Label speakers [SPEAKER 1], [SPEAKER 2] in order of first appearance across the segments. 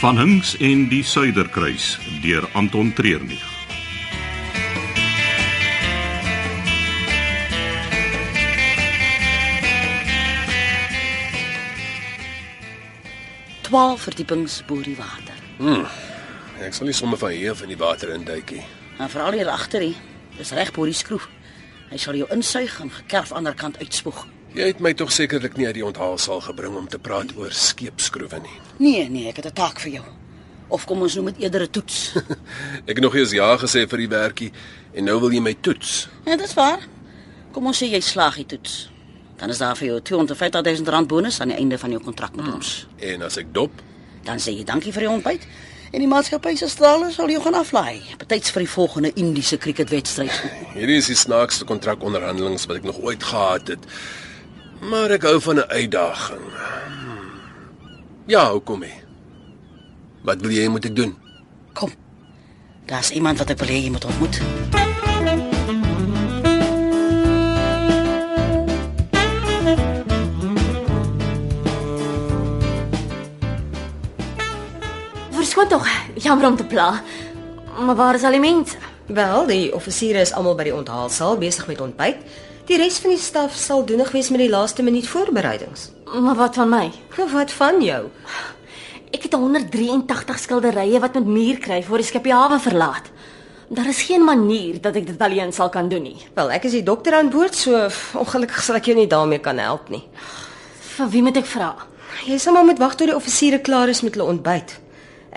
[SPEAKER 1] Van Hinks en die Suiderkruis deur Anton Treurnig.
[SPEAKER 2] Twaalf verdiepings boor die water.
[SPEAKER 3] Ek sal nie sommer van hier af in die water induik nie.
[SPEAKER 2] En veral hier agterie, dis reg bo die skroef. Hy sal jou insuig en gekerf aan die ander kant uitspoeg.
[SPEAKER 3] Jy het my tog sekerlik nie uit die onthaalsaal gebring om te praat oor skeepskroewe nie.
[SPEAKER 2] Nee, nee, ek het 'n taak vir jou. Of kom ons noem dit eerder 'n toets.
[SPEAKER 3] Ek het nog eers ja gesê vir die werkie en nou wil jy my toets.
[SPEAKER 2] ja, dis waar. Kom ons sê jy slaag die toets. Dan is daar vir jou 250000 rand bonus aan die einde van jou kontrak met ons.
[SPEAKER 3] En as ek dop,
[SPEAKER 2] Dan sê jy dankie vir die ontbyt en die maatskappy se strale sal jou gaan aflaai. Betyds vir die volgende Indiese cricketwedstryd.
[SPEAKER 3] hierdie is die snaakste kontrakonderhandelinge wat ek nog ooit gehad het. Maar ek hou van 'n uitdaging. Ja, hoekom nie? Wat wil jy moet ek doen?
[SPEAKER 2] Kom. Daar's iemand wat ek wil hê jy moet ontmoet.
[SPEAKER 4] Verskoon tog, jammer om te pla. Maar waar is al die mense?
[SPEAKER 5] Wel, die offisiere is almal by die onthaalsaal besig met ontbyt. Die res van die staf sal doenig wees met die laaste minuut voorbereidings.
[SPEAKER 4] Maar wat van my?
[SPEAKER 5] Nou wat van jou?
[SPEAKER 4] Ek het 183 skilderye wat met muur kry voor die skipjawe verlaat. Daar is geen manier dat ek dit alleen sal kan doen nie.
[SPEAKER 5] Wel, ek is die dokter aan boord, so f- ongelukkig sal ek jou nie daarmee kan help nie.
[SPEAKER 4] Vir wie moet ek vra?
[SPEAKER 5] Jy sal maar moet wag tot die offisiere klaar is met hulle ontbyt.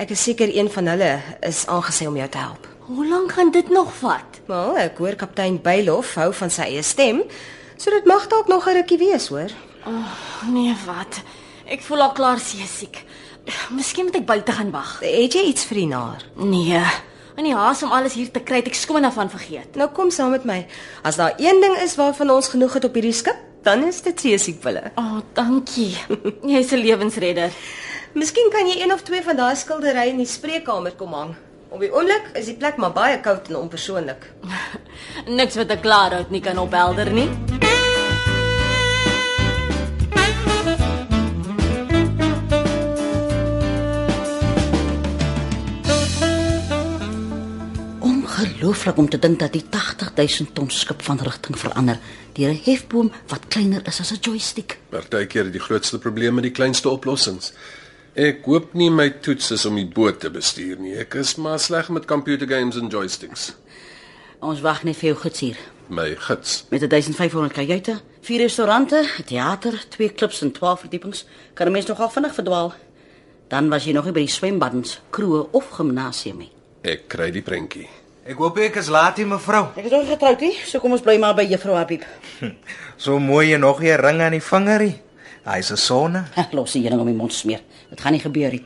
[SPEAKER 5] Ek is seker een van hulle is aangesê om jou te help.
[SPEAKER 4] Hoe lank gaan dit nog vat?
[SPEAKER 5] Wel, ek hoor kaptein Bylof hou van sy eie stem, so dit mag dalk nog 'n rukkie wees, hoor.
[SPEAKER 4] Nee, wat? Ek voel al klaar seesiek. Miskien moet ek buite gaan wag.
[SPEAKER 5] Het jy iets vir die naar?
[SPEAKER 4] Nee. In die haas om alles hier te kry, het ek skoon daarvan vergeet.
[SPEAKER 5] Nou kom saam met my. As daar een ding is waarvan ons genoeg het op hierdie skip, dan is dit seesiekwille.
[SPEAKER 4] O, oh, dankie. Jy's 'n lewensredder.
[SPEAKER 5] Miskien kan jy een of twee van daai skilderye in die spreekkamer kom hang. Op die oomblik is die plek maar baie koud en onpersoonlik.
[SPEAKER 4] Niks wat ek klaar hout nie kan ophelder nie.
[SPEAKER 2] Ongelooflik om te dink dat die 80000 ton skip van rigting verander deur 'n hefboom wat kleiner is as 'n joystick.
[SPEAKER 3] Partykeer die grootste probleme die kleinste oplossings. Ek hoop nie my toets is om die boot te bestuur nie. Ek is maar sleg met computer games en joysticks.
[SPEAKER 2] Ons wag net vir jou gids hier
[SPEAKER 3] My gids.
[SPEAKER 2] met 'n 1500 kajuite, vier restaurante, 'n teater, twee klubs en 12 verdiepings. Kan 'n mens nogal vinnig verdwaal. Dan was jy nog nie by die swembaddens, kroe of gimnasium nie.
[SPEAKER 3] Ek kry die prentjie.
[SPEAKER 6] Ek hoop ek is laat nie mevrou.
[SPEAKER 2] Ek is nog nie getroud nie, so kom ons bly maar by juffrou Habib.
[SPEAKER 6] So mooi en nog 'n ring aan die vingerie. Hy's 'n sonne.
[SPEAKER 2] Ha, Los die jong om die mond smeer. Dit gaan nie gebeur nie.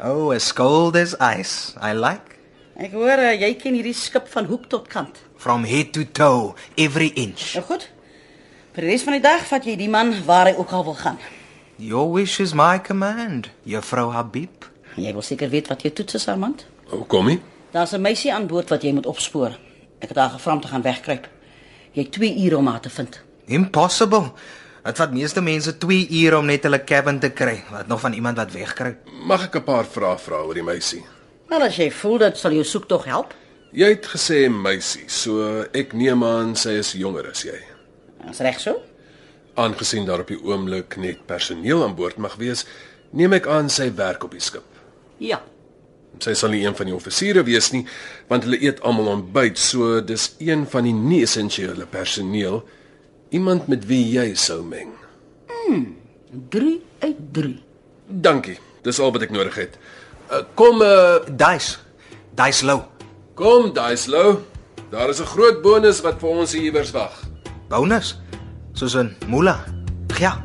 [SPEAKER 6] Oh, as cold as ice. I like
[SPEAKER 2] Ek hoor eh, jy ken hierdie skip van hoek tot kant.
[SPEAKER 6] from head to toe, every inch.
[SPEAKER 2] Nou goed. Vir die res van die dag vat jy die man waar hy ook al wil gaan.
[SPEAKER 6] Your wish is my command, Juffrou Habib.
[SPEAKER 2] En Jy wil seker weet wat jou toets is, Armand?
[SPEAKER 3] Hoekom nie?
[SPEAKER 2] Daar's 'n meisie aan boord wat jy moet opspoor. Ek het haar gevra om te gaan wegkruip. Jy het 2 ure om haar te vind.
[SPEAKER 6] Impossible. Dit vat meeste mense 2 ure om net hulle cabin te kry, wat nog van iemand wat wegkruip.
[SPEAKER 3] Mag ek 'n paar vrae vra oor die meisie?
[SPEAKER 2] Maar as jy voel dit sal jou soektog help,
[SPEAKER 3] Jy het gesê meisie, so ek neem aan sy is jonger as jy.
[SPEAKER 2] is reg so.
[SPEAKER 3] Aangesien daar op die oomblik net personeel aan boord mag wees, neem ek aan sy werk op die skip.
[SPEAKER 2] Ja.
[SPEAKER 3] Sy sal nie een van die offisiere wees nie, want hulle eet almal ontbyt, so dis een van die nie-essensiële personeel, iemand met wie jy sou meng.
[SPEAKER 2] 3 uit 3.
[SPEAKER 3] Dankie. Dis al wat ek nodig het. Uh, kom uh,
[SPEAKER 6] Dice. Dice low.
[SPEAKER 3] kom Daislou. Daar is 'n groot bonus wat vir ons hier iewers wag.
[SPEAKER 6] Bonus. Soos 'n mula. Ja.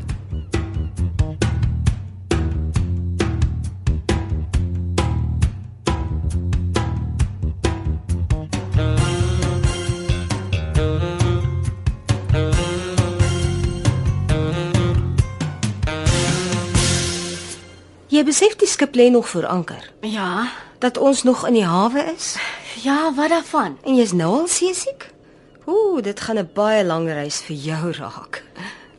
[SPEAKER 5] Jy besef die skip lê nog voor anker,
[SPEAKER 4] Ja.
[SPEAKER 5] dat ons nog in die hawe is
[SPEAKER 4] Ja, wat daarvan?
[SPEAKER 5] en jy's nou al seesiek? Ooh, dit gaan 'n baie lang reis vir jou raak.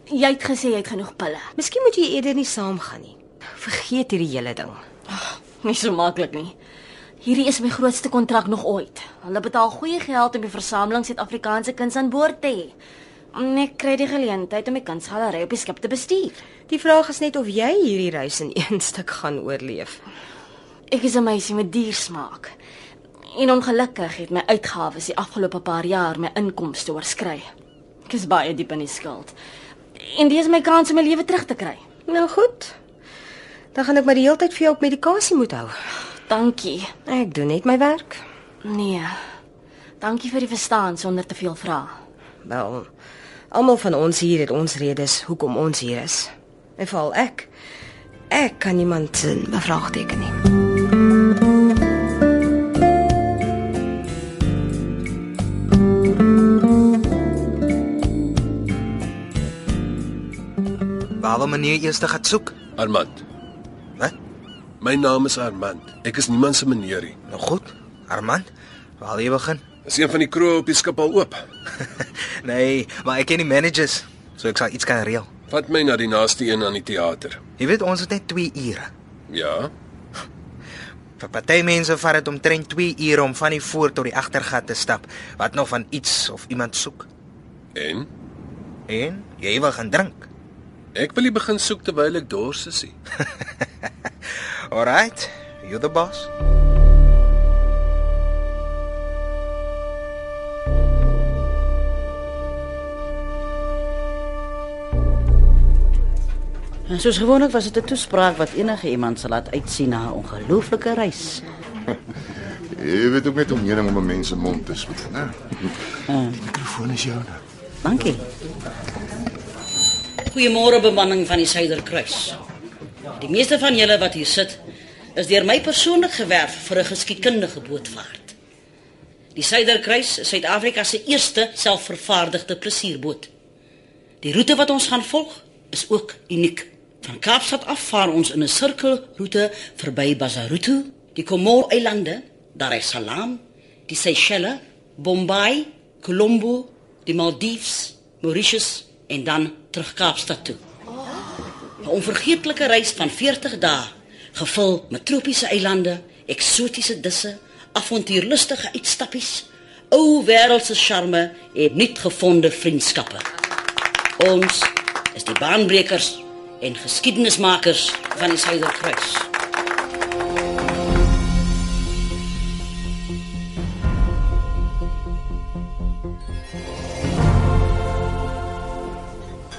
[SPEAKER 4] Jy het gesê jy het genoeg pille.
[SPEAKER 5] Miskien moet jy eerder nie saamgaan nie. Vergeet hierdie hele ding.
[SPEAKER 4] Oh, Nie so maklik nie. Hierdie is my grootste kontrak nog ooit. Hulle betaal goeie geld om die versameling Suid-Afrikaanse kuns aan boord te hê. En Mm, Ek kry die geleentheid om die kunsgalery op die skip te bestuur.
[SPEAKER 5] Die vraag is net of jy hierdie reis in een stuk gaan oorleef.
[SPEAKER 4] Ek is 'n meisie met diersmaak. En ongelukkig het my uitgawes die afgelope paar jaar my inkomste oorskry. Ek is baie diep in die skuld. En dis my kans om my lewe terug te kry.
[SPEAKER 5] Nou goed. Dan gaan ek maar die hele tyd vir jou op medikasie moet hou.
[SPEAKER 4] Dankie.
[SPEAKER 5] Ek doen net my werk.
[SPEAKER 4] Nee. Dankie vir die verstaan sonder te veel vrae.
[SPEAKER 5] Wel, almal van ons hier het ons redes hoekom ons hier is. En veral ek. Ek kan niemand eh, bevraagteken nie.
[SPEAKER 6] Behalwe meneer eers te gaan soek.
[SPEAKER 3] Armand.
[SPEAKER 6] Wat?
[SPEAKER 3] My naam is Armand. Ek is niemand se meneer nie.
[SPEAKER 6] Nou goed, Armand. Waar jy begin?
[SPEAKER 3] Is een van die kroe op die skip al oop.
[SPEAKER 6] nee, maar ek ken die managers, so ek sal iets kan reël.
[SPEAKER 3] Vat my na die naaste een aan die teater.
[SPEAKER 6] Jy weet ons het net 2 ure.
[SPEAKER 3] Ja.
[SPEAKER 6] Vir party mense vat dit omtrent 2 ure om van die voor tot die agtergat te stap, wat nog van iets of iemand soek.
[SPEAKER 3] En
[SPEAKER 6] En jy wil gaan drink.
[SPEAKER 3] ek wil nie begin soek terwyl ek dors is nie.
[SPEAKER 6] Alright, you're the boss.
[SPEAKER 2] En soos gewoonlik was dit 'n toespraak wat enige iemand sal laat uitsien na 'n ongelooflike reis.
[SPEAKER 7] Jy weet ook net om mening om 'n mens se mond te smeer, né? Die mikrofoon is jou nou.
[SPEAKER 2] Dankie. Goeiemôre bemanning van die Suiderkruis. Die meeste van julle wat hier sit, is deur my persoonlik gewerf vir 'n geskiedkundige bootvaart. Die Suiderkruis is Suid-Afrika se eerste selfvervaardigde plesierboot. Die roete wat ons gaan volg, is ook uniek. Van Kaapstad af vaar ons in 'n sirkelroete verby Bazarutu, die Komoreilande, Dar es Salaam, die Seychelles, Bombay, Colombo, die Maldives, Mauritius en dan terug Kaapstad toe. 'n Onvergeetlike reis van 40 dae, gevul met tropiese eilande, eksotiese disse, avontuurlustige uitstappies, ou wêreldse charme en nuut gevonde vriendskappe. Ons is die baanbrekers en geskiedenismakers van die Suiderkruis.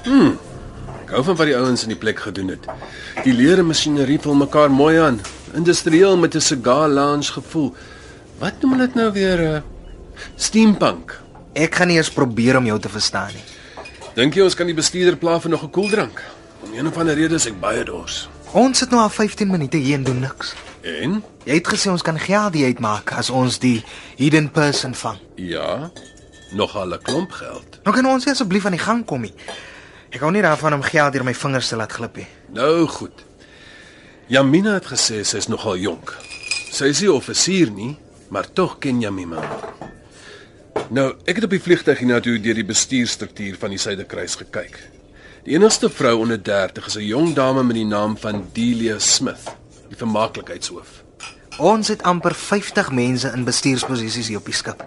[SPEAKER 3] Ek hou van wat die ouens in die plek gedoen het. Die leer en masjinerie vul mekaar mooi aan. Industrieel met 'n cigar lounge gevoel. Wat noem hulle dit nou weer? Uh, steampunk.
[SPEAKER 6] Ek gaan nie eens probeer om jou te verstaan nie.
[SPEAKER 3] Dink jy ons kan die bestuurder pla vir nog 'n koeldrank? Om een of ander rede is ek baie dors.
[SPEAKER 6] Ons sit nou al 15 minute hier en doen niks.
[SPEAKER 3] En?
[SPEAKER 6] Jy het gesê ons kan geld hier uitmaak as ons die hidden person vang.
[SPEAKER 3] Ja, nogal 'n klomp geld.
[SPEAKER 6] Nou kan ons nie asseblief aan die gang kom nie. Ek hou nie daarvan om geld deur my vingers te laat glip nie.
[SPEAKER 3] Nou goed. Jamina het gesê sy is nogal jonk. Sy is nie offisier nie, maar tog ken Jamima. Nou, ek het op die vliegtuig hiernatoe deur die bestuurstruktuur van die Suiderkruis gekyk. Die enigste vrou onder 30 is 'n jong dame met die naam van Delia Smith, die vermaaklikheidshoof.
[SPEAKER 6] Ons het amper 50 mense in bestuursposisies hier op die skip.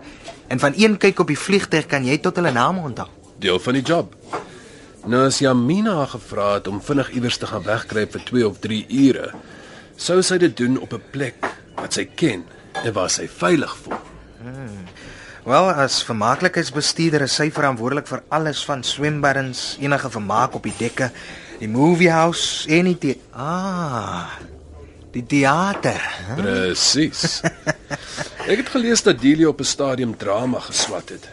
[SPEAKER 6] En van een kyk op die vliegtuig kan jy tot hulle name onthou.
[SPEAKER 3] Deel van die job. Nou as Jamina haar gevra het om vinnig iewers te gaan wegkruip vir 2 of 3 ure, sou sy dit doen op 'n plek wat sy ken en waar sy veilig voel.
[SPEAKER 6] Wel, as vermaaklikheidsbestuurder is sy verantwoordelik vir alles van swembaddens, enige vermaak op die dekke, die movie house en die the ah, die teater. hè?
[SPEAKER 3] Presies. Ek het gelees dat Delia op 'n stadium drama geswat het.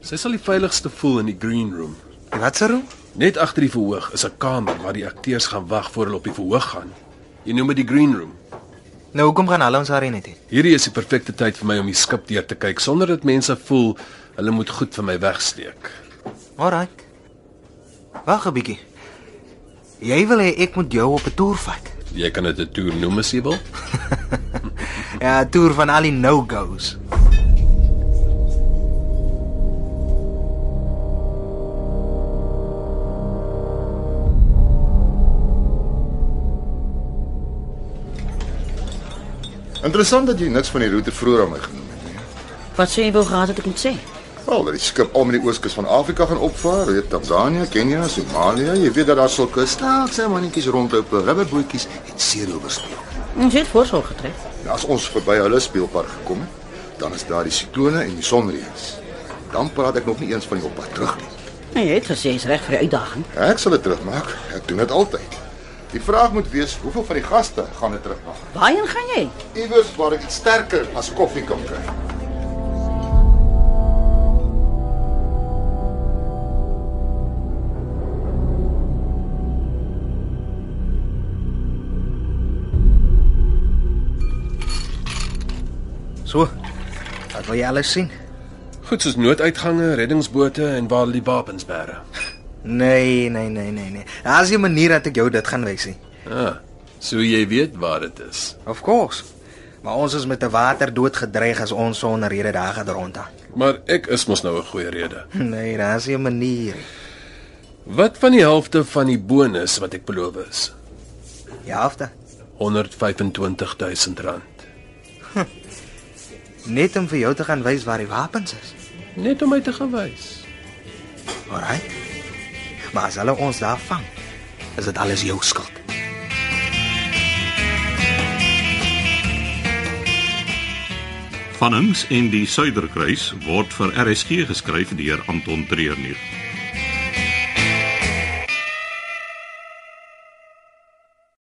[SPEAKER 3] Sy sal die veiligste voel in die green room.
[SPEAKER 6] Wat er? se roem?
[SPEAKER 3] Net agter die verhoog is 'n kamer waar die akteurs gaan wag voor hulle op die verhoog gaan. Jy noem dit die green room.
[SPEAKER 6] Nou hoekom gaan hulle ons daar nie net hê?
[SPEAKER 3] Hierdie is die perfekte tyd vir my om die skip deur te kyk sonder dat mense voel hulle moet goed vir my wegsteek.
[SPEAKER 6] Alraai. Wag 'n bietjie. Jy wil hê ek moet jou op 'n toer vat.
[SPEAKER 3] Jy kan dit 'n toer noem as jy wil.
[SPEAKER 6] Ja, 'n toer van al die no-go's.
[SPEAKER 7] Interessant dat jy niks van die roete vroeër aan my genoem het nie.
[SPEAKER 2] Wat sê jy wou gehad het ek moet sê?
[SPEAKER 7] Wel, dat die skip al met die ooskus van Afrika gaan opvaar, weet Tanzanië, Kenia, Somalië. Jy weet dat daar sulke snaakse mannetjies rondloop, rubberbootjies en seerowers speel.
[SPEAKER 2] Ons het voorsorg getref.
[SPEAKER 7] En as ons verby hulle speelpark gekom het, dan is daar die siklone en die sonreëns. Dan praat ek nog nie eens van die oppad terug nie.
[SPEAKER 2] En jy het gesê jy's reg vir die uitdaging.
[SPEAKER 7] Ek sal dit terugmaak. Ek doen dit altyd. Die vraag moet wees, hoeveel van die gaste gaan dit terugmaak?
[SPEAKER 2] Waarheen gaan jy?
[SPEAKER 7] Iewers waar ek iets sterker as koffie kan kry.
[SPEAKER 6] So. Wat wil jy alles sien?
[SPEAKER 3] Goed soos nooduitgange, reddingsbote en waar die wapens bære.
[SPEAKER 6] Nee, nee, nee, nee, nee. Daar's 'n manier dat ek jou dit gaan wys nie.
[SPEAKER 3] Ah, so jy weet waar dit is.
[SPEAKER 6] Of course. Maar ons is met 'n water dood gedreig as ons sonder rede daar gaan rondhang.
[SPEAKER 3] Maar ek is mos nou 'n goeie rede.
[SPEAKER 6] Nee, daar's 'n manier.
[SPEAKER 3] Wat van die helfte van die bonus wat ek beloof is?
[SPEAKER 6] Die helfte.
[SPEAKER 3] 125000 rand.
[SPEAKER 6] Net om vir jou te gaan wys waar die wapens is.
[SPEAKER 3] Net om my te gewys.
[SPEAKER 6] Alraai. Maar as hulle ons daar vang, is dit alles jou skuld.
[SPEAKER 1] Vannings en die Suiderkruis word vir RSG geskryf deur Anton Treurnig.